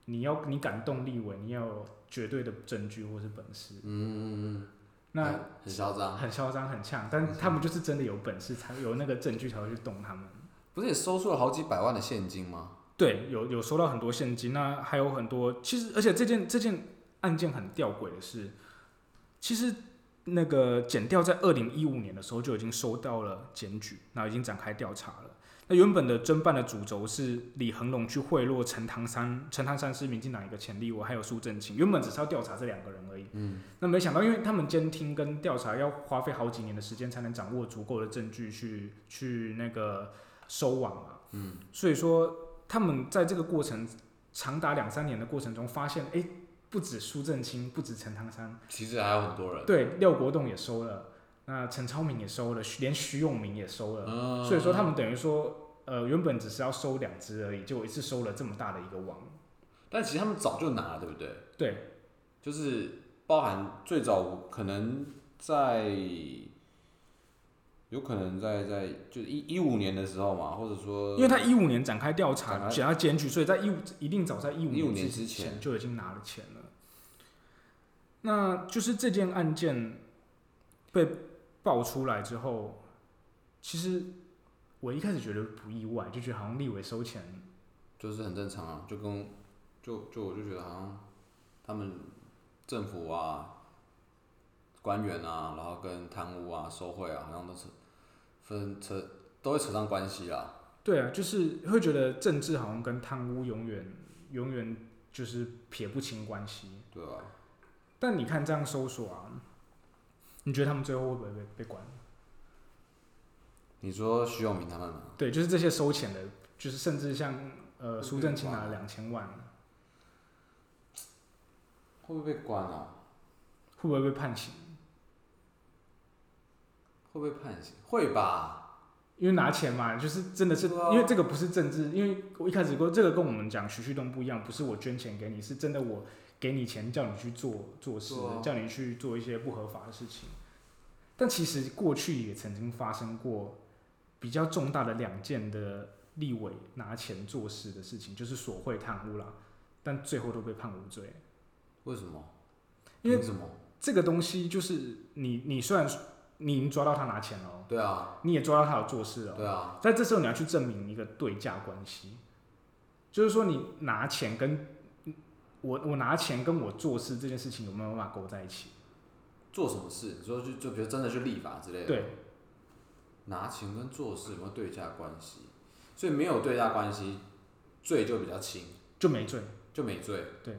Speaker 2: 你要你敢动立委，你要有绝对的证据或是本事。
Speaker 1: 嗯，
Speaker 2: 那
Speaker 1: 很很嚣张。
Speaker 2: 很嚣张很呛，但他们就是真的有本事才有那个证据才会去动他们。
Speaker 1: 不是也收出了好几百万的现金吗？
Speaker 2: 对，有有收到很多现金，那还有很多。其实，而呃且这件这件案件很吊诡的是，其实那个检调在二零一五年的时候就已经收到了检举，那已经展开调查了。那原本的侦办的主轴是李恒龙去贿赂陈唐山，陈唐山是民进党一个前立委，还有苏正清，原本只是要调查这两个人而已。
Speaker 1: 嗯，
Speaker 2: 那没想到，因为他们监听跟调查要花费好几年的时间才能掌握足够的证据去去那个收网嘛。
Speaker 1: 嗯，
Speaker 2: 所以说他们在这个过程长达两三年的过程中，发现哎、诶不止苏正清，不止陈唐山，
Speaker 1: 其实还有很多人，
Speaker 2: 对，廖国栋也收了，那陈超明也收了，连徐永明也收了，
Speaker 1: 嗯
Speaker 2: 所以说他们等于说，呃，原本只是要收两只而已，结果一次收了这么大的一个网，
Speaker 1: 但其实他们早就拿了，对不对？
Speaker 2: 对，
Speaker 1: 就是包含最早可能在，有可能在在就一一五年的时候嘛，或者说，
Speaker 2: 因为他一五年展开调
Speaker 1: 展
Speaker 2: 查，
Speaker 1: 开
Speaker 2: 想要检举，所以在一五一定早在一五
Speaker 1: 15年
Speaker 2: 年
Speaker 1: 之前
Speaker 2: 前就已经拿了钱了。那就是这件案件被爆出来之后，其实我一开始觉得不意外，就觉得好像立委收钱
Speaker 1: 就是很正常啊，就跟就就我就觉得好像他们政府啊、官员啊，然后跟贪污啊、受贿啊，好像都是分扯都会扯上关系啦。
Speaker 2: 对啊，就是会觉得政治好像跟贪污永远永远就是撇不清关系。
Speaker 1: 对吧？
Speaker 2: 但你看这样搜索啊，你觉得他们最后会不会被被关？
Speaker 1: 你说徐永明他们吗？
Speaker 2: 对，就是这些收钱的，就是甚至像
Speaker 1: 会
Speaker 2: 呃
Speaker 1: 被
Speaker 2: 苏正清拿
Speaker 1: 关
Speaker 2: 了两千万，
Speaker 1: 会不会被关啊？
Speaker 2: 会不会被判刑？
Speaker 1: 会不会判刑？会吧？
Speaker 2: 因为拿钱嘛，就是真的是，
Speaker 1: 对啊
Speaker 2: 因为这个不是政治，因为我一开始跟这个跟我们讲徐旭东不一样，不是我捐钱给你，是真的我给你钱叫你去做做事
Speaker 1: 对啊，
Speaker 2: 叫你去做一些不合法的事情。但其实过去也曾经发生过比较重大的两件的立委拿钱做事的事情，就是索贿贪污啦，但最后都被判无罪。
Speaker 1: 为什么？
Speaker 2: 因为
Speaker 1: 凭什么？
Speaker 2: 这个东西就是你，你虽然你已经抓到他拿钱了哦，
Speaker 1: 对啊，
Speaker 2: 你也抓到他有做事了哦，
Speaker 1: 对啊，
Speaker 2: 在这时候你要去证明一个对价关系，就是说你拿钱跟我我拿钱跟我做事这件事情有没有办法勾在一起？
Speaker 1: 做什么事？你说就就比如真的去立法之类的，
Speaker 2: 对，
Speaker 1: 拿钱跟做事有没有对价关系？所以没有对价关系，罪就比较轻，
Speaker 2: 就没罪。
Speaker 1: 就没罪。
Speaker 2: 对。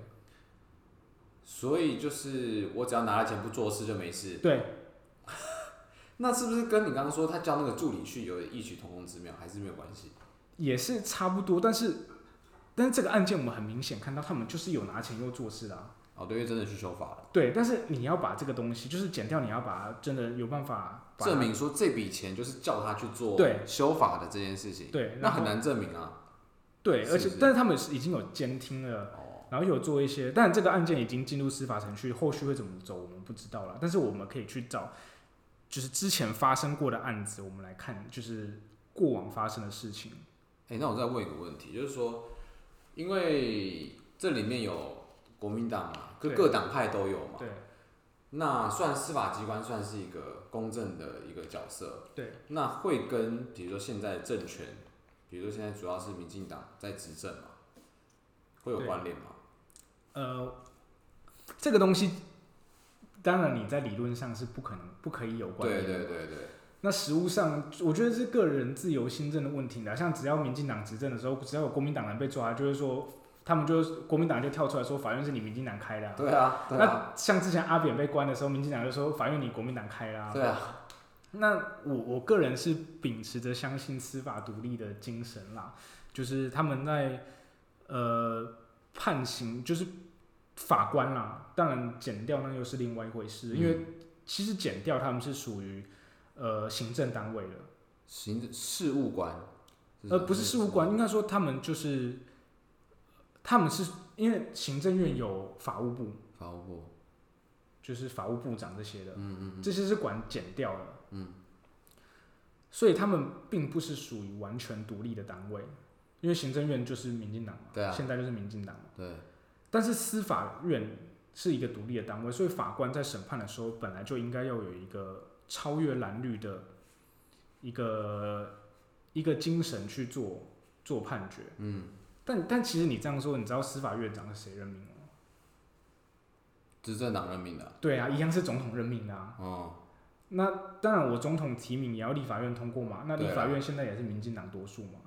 Speaker 1: 所以就是我只要拿了钱不做事就没事，
Speaker 2: 对，
Speaker 1: 那是不是跟你刚刚说他叫那个助理去有异曲同工之妙，还是没有关系？
Speaker 2: 也是差不多，但是但是这个案件我们很明显看到他们就是有拿钱又做事的、啊。
Speaker 1: 哦，对，因为真的去修法了，
Speaker 2: 对，但是你要把这个东西就是减掉，你要把它真的有办法把它
Speaker 1: 证明说这笔钱就是叫他去做
Speaker 2: 对
Speaker 1: 修法的这件事情，
Speaker 2: 对，
Speaker 1: 那
Speaker 2: 然后
Speaker 1: 很难证明啊。
Speaker 2: 对，
Speaker 1: 是
Speaker 2: 而且
Speaker 1: 是
Speaker 2: 但是他们是已经有监听了。
Speaker 1: 哦，
Speaker 2: 然后有做一些，但这个案件已经进入司法程序，后续会怎么走我们不知道了。但是我们可以去找，就是之前发生过的案子，我们来看，就是过往发生的事情。
Speaker 1: 哎、那我再问一个问题，就是说，因为这里面有国民党嘛，各
Speaker 2: 对
Speaker 1: 各党派都有嘛，
Speaker 2: 对
Speaker 1: 那算司法机关算是一个公正的一个角色，
Speaker 2: 对
Speaker 1: 那会跟比如说现在的政权，比如说现在主要是民进党在执政嘛，会有
Speaker 2: 对
Speaker 1: 关联吗？
Speaker 2: 呃，这个东西，当然你在理论上是不可能不可以有关
Speaker 1: 对
Speaker 2: 联的。
Speaker 1: 对对对，
Speaker 2: 那实务上，我觉得是个人自由新政的问题啦。像只要民进党执政的时候，只要有国民党人被抓，就会说他们就国民党就跳出来说，法院是你民进党开的、啊。
Speaker 1: 对啊，对啊，
Speaker 2: 那像之前阿扁被关的时候，民进党就说法院你国民党开啦、
Speaker 1: 对啊，
Speaker 2: 那我我个人是秉持着相信司法独立的精神啦，就是他们在呃判刑，就是法官啦，当然减掉那又是另外一回事，因为其实减掉他们是属于呃行政单位的，
Speaker 1: 行政事务官，
Speaker 2: 呃不是事务官，应该说他们就是他们是因为行政院有法务部，
Speaker 1: 法务部，
Speaker 2: 就是法务部长这些的，
Speaker 1: 嗯嗯嗯，
Speaker 2: 这些是管减掉的，
Speaker 1: 嗯，
Speaker 2: 所以他们并不是属于完全独立的单位，因为行政院就是民进党嘛，
Speaker 1: 对啊
Speaker 2: 现在就是民进党嘛，
Speaker 1: 对，
Speaker 2: 但是司法院是一个独立的单位，所以法官在审判的时候本来就应该要有一个超越蓝绿的一个一个精神去做做判决。
Speaker 1: 嗯，
Speaker 2: 但但其实你这样说，你知道司法院长是谁任命的吗？
Speaker 1: 执政党任命的啊，
Speaker 2: 对啊，一样是总统任命的啊。
Speaker 1: 哦，
Speaker 2: 那当然，我总统提名也要立法院通过嘛。那立
Speaker 1: 对啊
Speaker 2: 法院现在也是民进党多数嘛。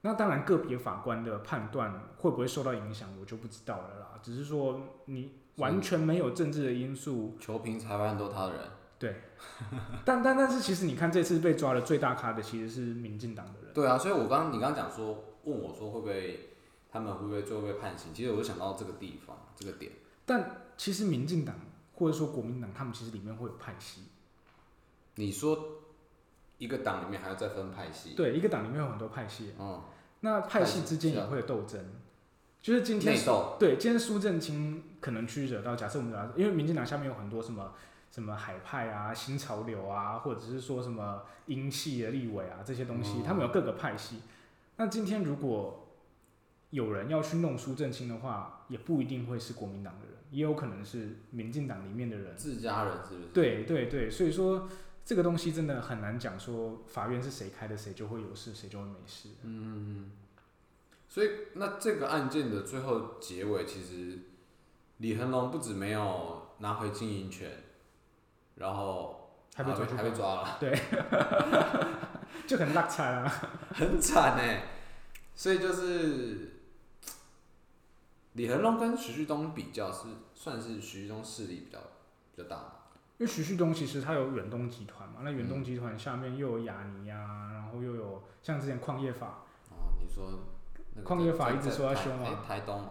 Speaker 2: 那当然，个别法官的判断会不会受到影响，我就不知道了啦。只是说你完全没有政治的因素，
Speaker 1: 球评裁判都他的人，
Speaker 2: 但但但是，其实你看这次被抓的最大咖的其实是民进党的人。
Speaker 1: 对啊，所以我刚你刚讲说问我说会不会他们会不会最后被判刑，其实我就想到这个地方这个点，
Speaker 2: 其实民进党或者说国民党，他们其实里面会有派系，
Speaker 1: 你说一个党里面还要再分派系，
Speaker 2: 对，一个党里面有很多派系，
Speaker 1: 嗯，
Speaker 2: 那派系之间
Speaker 1: 派系
Speaker 2: 也
Speaker 1: 是啊
Speaker 2: 会有斗争。就是今天
Speaker 1: 内斗，
Speaker 2: 对，今天苏正清可能去惹到，假设我们讲，因为民进党下面有很多什么什么海派啊、新潮流啊，或者是说什么英系的立委啊这些东西，
Speaker 1: 嗯
Speaker 2: 他们有各个派系。那今天如果有人要去弄苏正清的话，也不一定会是国民党的人，也有可能是民进党里面的人。
Speaker 1: 自家人是不是？，
Speaker 2: 对对对，所以说这个东西真的很难讲，说法院是谁开的，谁就会有事，谁就会没事。
Speaker 1: 嗯所以那这个案件的最后结尾，其实李恒龙不止没有拿回经营权，然后啊
Speaker 2: 还被抓去
Speaker 1: 还被
Speaker 2: 关，
Speaker 1: 抓了，
Speaker 2: 就很落差啊。
Speaker 1: 很惨哎、所以就是李恒龙跟徐旭东比较是算是徐旭东势力比较比较大嘛，
Speaker 2: 因为徐旭东其实他有远东集团嘛，那远
Speaker 1: 嗯
Speaker 2: 东集团下面又有雅尼啊，然后又有像之前矿业法，
Speaker 1: 哦，你说那个
Speaker 2: 矿业
Speaker 1: 在
Speaker 2: 法
Speaker 1: 在
Speaker 2: 一直说要啊
Speaker 1: 台
Speaker 2: 修嘛
Speaker 1: 哎台东嘛，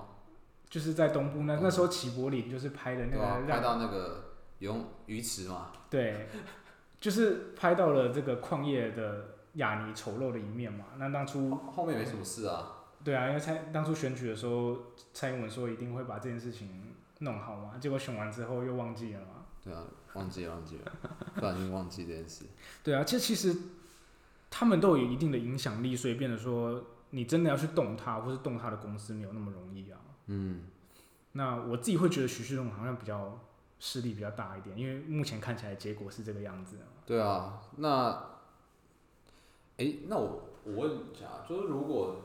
Speaker 2: 就是在东部那、
Speaker 1: 嗯
Speaker 2: 那时候齐柏林就是拍的那
Speaker 1: 对
Speaker 2: 个
Speaker 1: 吧、
Speaker 2: 让
Speaker 1: 拍到那个游泳鱼池嘛，
Speaker 2: 对，就是拍到了这个矿业的雅尼丑陋的一面嘛。那当初
Speaker 1: 后后面没什么事啊，
Speaker 2: 对啊，因为蔡当初选举的时候，蔡英文说一定会把这件事情弄好嘛，结果选完之后又忘记了嘛。
Speaker 1: 对啊，忘记了忘记了，不小心忘记这件事。
Speaker 2: 对啊，这其实他们都有一定的影响力，所以变得说你真的要去动他，或是动他的公司没有那么容易啊。
Speaker 1: 嗯，
Speaker 2: 那我自己会觉得徐旭东好像比较势力比较大一点，因为目前看起来结果是这个样子啊。
Speaker 1: 对啊，那，诶，那我我问一下，就是如果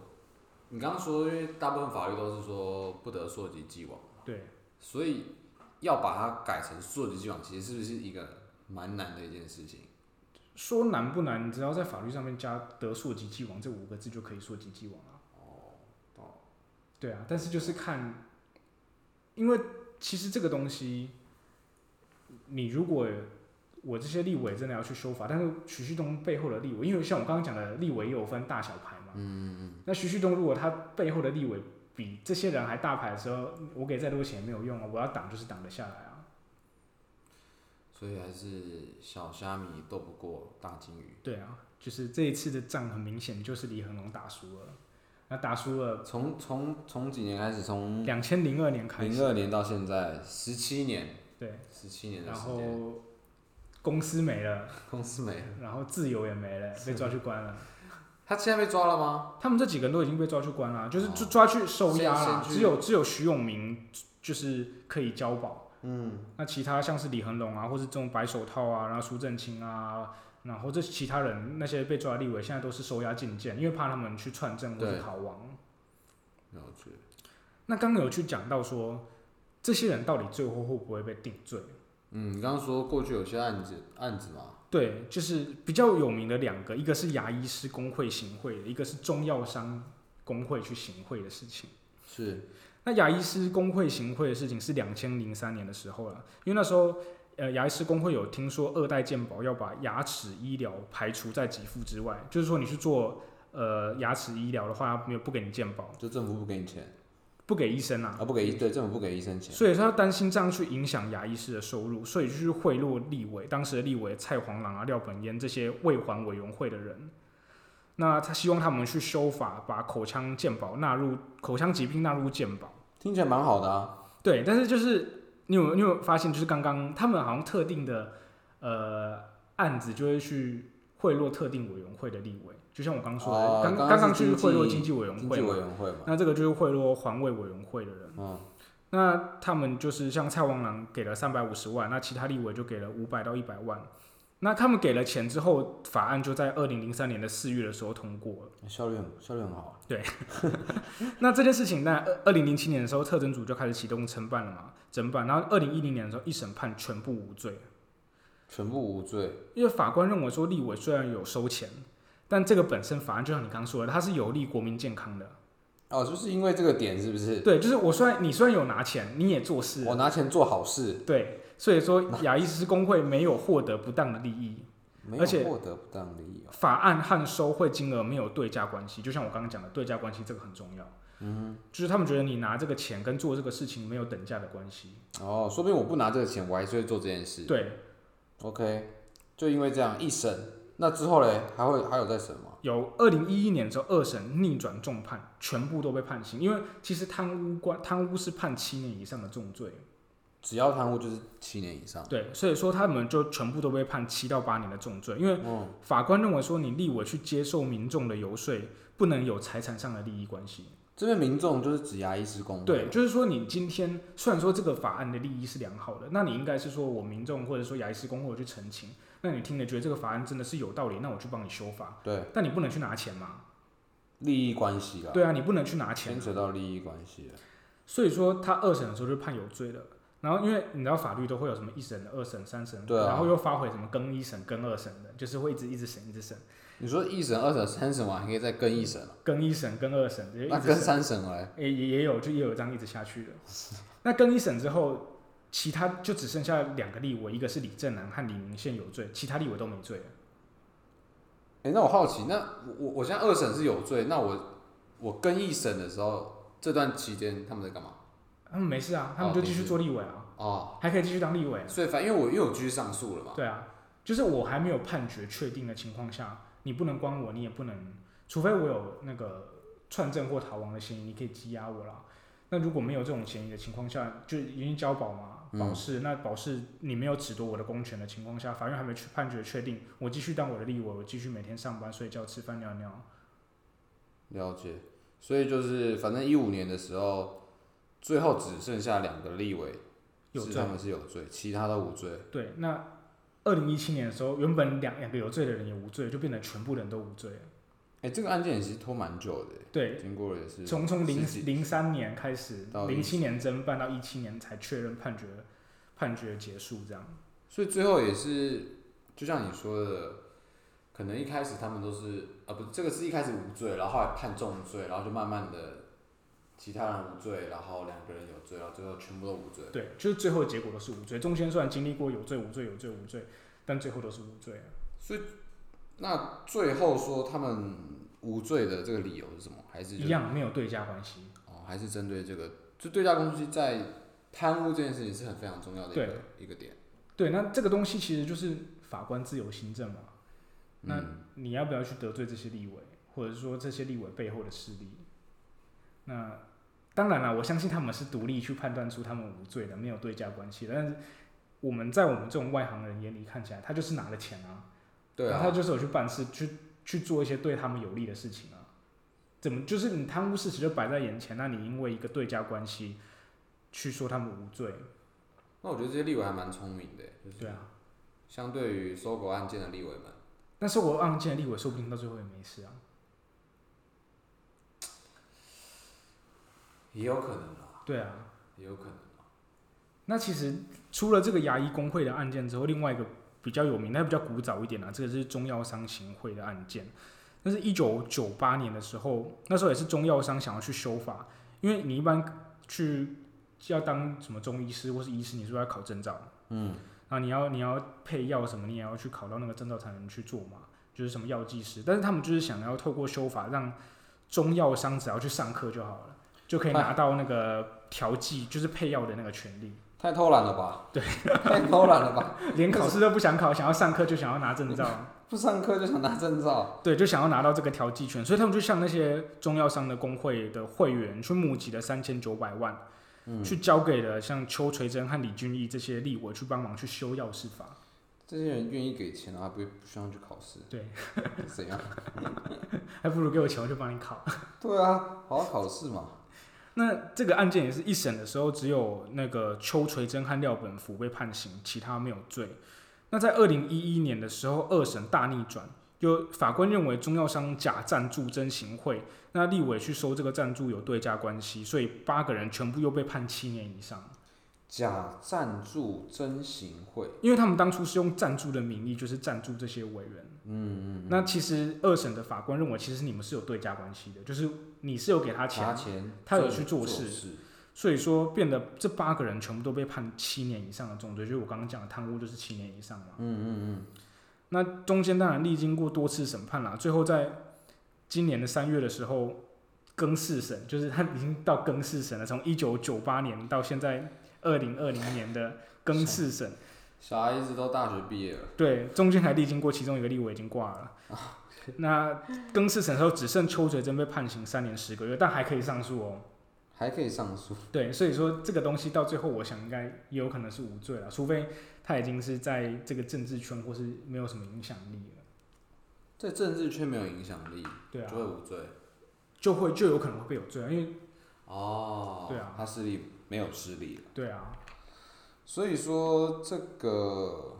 Speaker 1: 你刚刚说，因为大部分法律都是说不得溯及既往，
Speaker 2: 对，
Speaker 1: 所以要把它改成溯及既往，其实是不是一个蛮难的一件事情？
Speaker 2: 说难不难，你只要在法律上面加“得溯及既往”这五个字就可以溯及既往啊。
Speaker 1: 哦，
Speaker 2: 对啊，但是就是看，因为其实这个东西，你如果我这些立委真的要去修法，但是徐旭东背后的立委，因为像我刚刚讲的，立委也有分大小牌嘛。
Speaker 1: 嗯，
Speaker 2: 那徐旭东如果他背后的立委比这些人还大牌的时候，我给再多钱也没有用啊，我要挡就是挡得下来啊。
Speaker 1: 所以还是小虾米斗不过大金鱼。
Speaker 2: 对啊，就是这一次的仗很明显就是李恒龙打输了，那打输了，
Speaker 1: 从从从几年开始，从
Speaker 2: 两千零二年开
Speaker 1: 嗯零
Speaker 2: 始，
Speaker 1: 二年到现在十七年，
Speaker 2: 对，
Speaker 1: 十七年的
Speaker 2: 然
Speaker 1: 时间，
Speaker 2: 后公司没了，
Speaker 1: 公司没了。
Speaker 2: 然后自由也没了，被抓去关了。
Speaker 1: 他现在被抓了吗？
Speaker 2: 他们这几个人都已经被抓去关了，啊就是
Speaker 1: 哦
Speaker 2: 就抓去收押
Speaker 1: 先
Speaker 2: 了，
Speaker 1: 先去
Speaker 2: 只有只有徐永明就是可以交保，
Speaker 1: 嗯，
Speaker 2: 那其他像是李恒龙啊，或是这种白手套啊，然后苏正清啊，然后这其他人那些被抓的立委现在都是收押禁见，因为怕他们去串证或
Speaker 1: 对
Speaker 2: 是逃亡。
Speaker 1: 了解。
Speaker 2: 那刚刚有去讲到说，这些人到底最后会不会被定罪？
Speaker 1: 嗯，你刚刚说过去有些案子案子嘛，
Speaker 2: 对，就是比较有名的两个，一个是牙医师工会行贿的，一个是中药商工会去行贿的事情。
Speaker 1: 是
Speaker 2: 那牙医师工会行贿的事情是两千零三年的时候了，因为那时候呃牙医师工会有听说二代健保要把牙齿医疗排除在给付之外，就是说你去做呃牙齿医疗的话，没有不给你健保，
Speaker 1: 就政府不给你钱
Speaker 2: 不给医生啊，
Speaker 1: 啊，不给医对政府不给医生钱，
Speaker 2: 所以他担心这样去影响牙医师的收入，所以就去贿赂立委，当时的立委蔡黄朗啊、廖本烟这些未还委员会的人。那他希望他们去修法，把口腔健保纳入口腔疾病纳入健保。
Speaker 1: 听起来蛮好的啊。
Speaker 2: 对，但是就是你有你有发现，就是刚刚他们好像特定的呃案子就会去贿赂特定委员会的立委，就像我刚刚说的，
Speaker 1: 哦
Speaker 2: 刚
Speaker 1: 刚刚
Speaker 2: 刚刚
Speaker 1: 是
Speaker 2: 去
Speaker 1: 经济
Speaker 2: 贿赂经济委员
Speaker 1: 经
Speaker 2: 会
Speaker 1: 济委
Speaker 2: 嘛，
Speaker 1: 员会嘛，
Speaker 2: 那这个就是贿赂环卫委员会的人。
Speaker 1: 嗯，
Speaker 2: 那他们就是像蔡王郎给了三百五十万，那其他立委就给了五百到一百万。那他们给了钱之后，法案就在二零零三年的四月的时候通过了。
Speaker 1: 效率很效率很好啊。
Speaker 2: 那这件事情在二二零零七年的时候，特侦组就开始启动侦办了嘛，侦办。然后二零一零年的时候，一审判全部无罪，
Speaker 1: 全部无罪，
Speaker 2: 因为法官认为说立委虽然有收钱，但这个本身法案就像你刚刚说的，它是有利国民健康的。
Speaker 1: 哦，就是因为这个点是不是？
Speaker 2: 对，就是我虽然你虽然有拿钱，你也做事，
Speaker 1: 我拿钱做好事，
Speaker 2: 对，所以说亚医师工会没有获得不当的利益。
Speaker 1: 没有
Speaker 2: 而且
Speaker 1: 获得不当利益哦。
Speaker 2: 法案和收贿金额没有对价关系，就像我刚刚讲的，对价关系这个很重要。嗯，就是他们觉得你拿这个钱跟做这个事情没有等价的关系。
Speaker 1: 哦，说不定我不拿这个钱，我还是会做这件事。
Speaker 2: 对，
Speaker 1: OK，就因为这样一审，那之后嘞，还会还有再审吗？
Speaker 2: 有二零一一年的时候，二审逆转重判，全部都被判刑，因为其实贪污官贪污是判七年以上的重罪，
Speaker 1: 只要贪污就是七年以上。
Speaker 2: 对，所以说他们就全部都被判七到八年的重罪，因为
Speaker 1: 嗯，
Speaker 2: 法官认为说你立委去接受民众的游说，不能有财产上的利益关系。
Speaker 1: 这边民众就是指牙医师工会
Speaker 2: 对，，就是说你今天虽然说这个法案的利益是良好的，那你应该是说我民众或者说牙医师工会去澄清，那你听了觉得这个法案真的是有道理，那我去帮你修法，
Speaker 1: 对，
Speaker 2: 但你不能去拿钱嘛？
Speaker 1: 利益关系啦，
Speaker 2: 对啊，你不能去拿钱
Speaker 1: 牵
Speaker 2: 啊，
Speaker 1: 扯到利益关系了。
Speaker 2: 所以说他二审的时候就判有罪了。然后因为你知道法律都会有什么一审、二审、三审，
Speaker 1: 对啊
Speaker 2: 然后又发回什么更一审、更二审的，就是会一直一直审、一直审，
Speaker 1: 你说一审、二审、三审完，还可以再更一审啊
Speaker 2: 更一审、更二审，就
Speaker 1: 那
Speaker 2: 一直
Speaker 1: 跟
Speaker 2: 审，
Speaker 1: 三审嘞？
Speaker 2: 也也也有就也有这样一直下去的。那更一审之后，其他就只剩下两个立委，一个是李正南和李明宪有罪，其他立委都没罪了。
Speaker 1: 哎、那我好奇，那我我我现在二审是有罪，那我我更一审的时候，这段期间他们在干嘛？
Speaker 2: 他们没事啊，他们就继续做立委啊，
Speaker 1: 哦，
Speaker 2: 还可以继续当立委啊。
Speaker 1: 所以反因为我因为我继续上诉了嘛，
Speaker 2: 对啊，就是我还没有判决确定的情况下，你不能关我，你也不能，除非我有那个串证或逃亡的嫌疑，你可以羁押我啦。那如果没有这种嫌疑的情况下，就已经交保嘛，保
Speaker 1: 嗯
Speaker 2: 释。那保释你没有褫夺我的公权的情况下，法院还没去判决确定，我继续当我的立委，我继续每天上班、睡觉、吃饭、尿尿。
Speaker 1: 了解，所以就是反正一五年的时候，最后只剩下两个立委
Speaker 2: 有
Speaker 1: 是
Speaker 2: 罪
Speaker 1: 他们是有罪，其他都无罪。
Speaker 2: 对，那二零一七年的时候，原本两两个有罪的人也无罪，就变成全部人都无罪了。
Speaker 1: 哎、这个案件也是拖蛮久的欸，
Speaker 2: 对，
Speaker 1: 经过了也是
Speaker 2: 从从零
Speaker 1: 十几
Speaker 2: 零三年开始，
Speaker 1: 到
Speaker 2: 零
Speaker 1: 17
Speaker 2: 七年侦办到一七年才确认判决，判决结束这样。
Speaker 1: 所以最后也是就像你说的，可能一开始他们都是啊不，这个是一开始无罪，然后后来判重罪，然后就慢慢的其他人无罪，然后两个人有罪，然后最后全部都无罪。
Speaker 2: 对，就是最后的结果都是无罪。中间虽然经历过有罪、无罪、有罪、无罪，但最后都是无罪啊。
Speaker 1: 那最后说他们无罪的这个理由是什么？还是就
Speaker 2: 一样没有对价关系。
Speaker 1: 哦，还是针对这个，就对价关系在贪污这件事情是很非常重要的一个
Speaker 2: 对
Speaker 1: 一个点。
Speaker 2: 对，那这个东西其实就是法官自由行政嘛。那
Speaker 1: 嗯，
Speaker 2: 你要不要去得罪这些立委，或者说这些立委背后的势力？那当然了，我相信他们是独立去判断出他们无罪的，没有对价关系。但是我们在我们这种外行人眼里看起来，他就是拿了钱啊，
Speaker 1: 对
Speaker 2: 然
Speaker 1: 啊
Speaker 2: 后他，就是有去办事，去去做一些对他们有利的事情啊。怎么就是你贪污事实就摆在眼前，那你因为一个对价关系去说他们无罪，
Speaker 1: 那我觉得这些立委还蛮聪明的，就是
Speaker 2: 对啊。
Speaker 1: 相对于搜狗案件的立委们，
Speaker 2: 但是我案件的立委说不定到最后也没事啊。
Speaker 1: 也有可能啦，
Speaker 2: 对啊，
Speaker 1: 也有可能。
Speaker 2: 那其实除了这个牙医工会的案件之后，另外一个比较有名，那比较古早一点啊，这个是中药商行会的案件。那是一九九八年的时候，那时候也是中药商想要去修法，因为你一般去要当什么中医师或是医师，你是不是要考证照？
Speaker 1: 嗯，
Speaker 2: 然后你要你要配药什么，你也要去考到那个证照才能去做嘛，就是什么药剂师。但是他们就是想要透过修法，让中药商只要去上课就好了，就可以拿到那个调剂，就是配药的那个权利。
Speaker 1: 太偷懒了 吧？对，太偷懒了吧？
Speaker 2: 连考试都不想考，想要上课就想要拿证照，
Speaker 1: 不上课就想拿证照，
Speaker 2: 对，就想要拿到这个调剂权，所以他们就向那些中药商的工会的会员去募集了三千九百万，
Speaker 1: 嗯
Speaker 2: 去交给了像邱垂真和李俊义这些立委去帮忙去修药师法。
Speaker 1: 这些人愿意给钱啊，不不需要去考试，
Speaker 2: 对，
Speaker 1: 怎样？
Speaker 2: 还不如给我钱，我就帮你考。
Speaker 1: 对啊，好好考试嘛。
Speaker 2: 那这个案件也是一审的时候，只有那个邱垂真和廖本福被判刑，其他没有罪。那那在二零一一年的时候，二审大逆转，就法官认为中药商假赞助真行贿，那立委去收这个赞助有对价关系，所以八个人全部又被判七年以上，
Speaker 1: 假赞助真行贿，
Speaker 2: 因为他们当初是用赞助的名义，就是赞助这些委员。
Speaker 1: 嗯嗯，
Speaker 2: 那其实二审的法官认为，其实你们是有对价关系的，就是你是有给他
Speaker 1: 拿
Speaker 2: 钱，
Speaker 1: 钱，
Speaker 2: 他有去
Speaker 1: 做
Speaker 2: 做事
Speaker 1: 事
Speaker 2: 所以说变得这八个人全部都被判七年以上的重罪，就是我刚刚讲的贪污就是七年以上嘛。
Speaker 1: 嗯嗯
Speaker 2: 那中间当然历经过多次审判啦，最后在今年的三月的时候，更四审就是他已经到更四审了，从一九九八年到现在二零二零年的更四审，
Speaker 1: 嗯，小孩一直都大学毕业了，
Speaker 2: 对，中间还历经过其中一个立委已经挂了。那更四审的时候，只剩邱垂珍被判刑三年十个月，但还可以上诉哦。
Speaker 1: 还可以上诉，
Speaker 2: 对，所以说这个东西到最后，我想应该也有可能是无罪了，除非他已经是在这个政治圈或是没有什么影响力了。
Speaker 1: 对政治却没有影响力，
Speaker 2: 对啊
Speaker 1: 就，会无罪。
Speaker 2: 就会就有可能会被有罪啊，因为
Speaker 1: 哦，
Speaker 2: 对啊
Speaker 1: 他势力没有势力了，
Speaker 2: 对啊，
Speaker 1: 所以说这个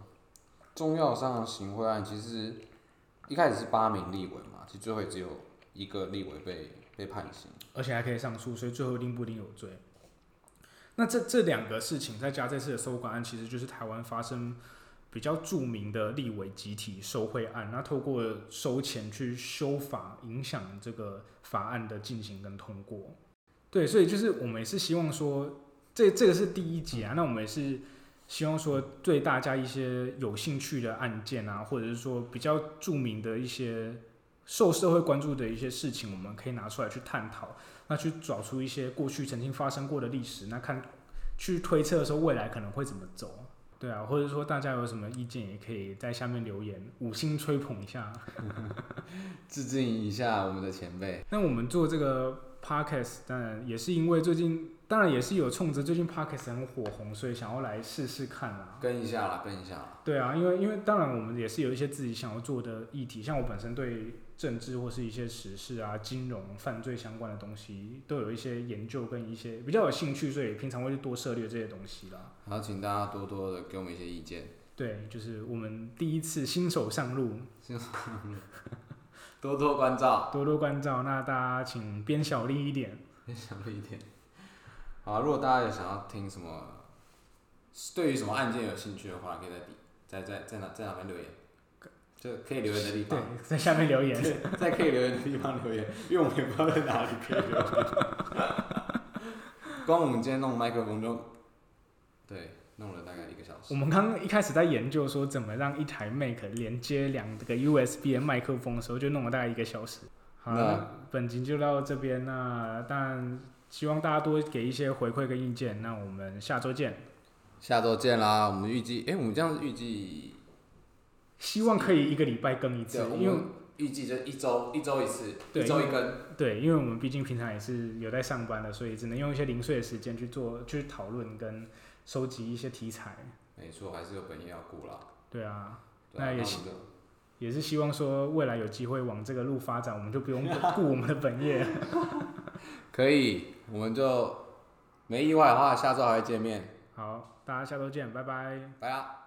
Speaker 1: 中药商的行贿案，其实一开始是八名立委嘛，其实最后也只有一个立委被被判刑。
Speaker 2: 而且还可以上诉，所以最后一定不一定有罪。那这这两个事情，再加这次的收管案，其实就是台湾发生比较著名的立委集体受贿案，那透过收钱去修法，影响这个法案的进行跟通过。对，所以就是我们也是希望说，这这个是第一集啊，那我们也是希望说对大家一些有兴趣的案件啊，或者是说比较著名的一些受社会关注的一些事情，我们可以拿出来去探讨。那去找出一些过去曾经发生过的历史，那看去推测说未来可能会怎么走，对啊，或者说大家有什么意见也可以在下面留言，五星吹捧一下。
Speaker 1: 致敬一下我们的前辈，
Speaker 2: 那我们做这个 podcast，当然也是因为最近，当然也是有冲着最近 podcast 很火红，所以想要来试试看啊啦。
Speaker 1: 跟一下啦，跟一下啦。
Speaker 2: 对啊，因为因为当然我们也是有一些自己想要做的议题，像我本身对政治或是一些时事啊、金融、犯罪相关的东西都有一些研究跟一些比较有兴趣，所以平常会去多涉猎这些东西啦。
Speaker 1: 然后请大家多多的给我们一些意见，
Speaker 2: 对，就是我们第一次新手上路，
Speaker 1: 多多关照，
Speaker 2: 多多关照。那大家请编小力一点。
Speaker 1: 想了一点。好，如果大家有想要听什么，对于什么案件有兴趣的话，可以在底在在在哪在哪边留言，就可以留言的地
Speaker 2: 对
Speaker 1: 方。，
Speaker 2: 在下面留言。
Speaker 1: 对，在可以留言的地方留言，因为我们也不知道在哪里可以留言。 光我们今天弄麦克风就，对，弄了大概一个小
Speaker 2: 我
Speaker 1: 时。
Speaker 2: 们刚刚一开始在研究说怎么让一台 Mac 连接两个 USB 的麦克风的时候，就弄了大概一个小时。好
Speaker 1: 那
Speaker 2: 了，那本集就到这边。那但希望大家多给一些回馈跟意见。那我们下周见，
Speaker 1: 下周见啦！我们预计，哎、我们这样预计，
Speaker 2: 希望可以一个礼拜更一次
Speaker 1: 对，，我
Speaker 2: 因为
Speaker 1: 们预计就一周一周一次，
Speaker 2: 对
Speaker 1: 一周一根。
Speaker 2: 对，因为我们毕竟平常也是有在上班的，所以只能用一些零碎的时间去做去讨论跟收集一些题材。
Speaker 1: 没错，还是有本业要顾啦。
Speaker 2: 对啊，
Speaker 1: 对啊
Speaker 2: 那也
Speaker 1: 我们
Speaker 2: 行
Speaker 1: 就
Speaker 2: 也是希望说未来有机会往这个路发展，我们就不用顾我们的本业。
Speaker 1: 可以，我们就没意外的话，下周还会见面。
Speaker 2: 好，大家下周见，拜拜。
Speaker 1: 拜啦。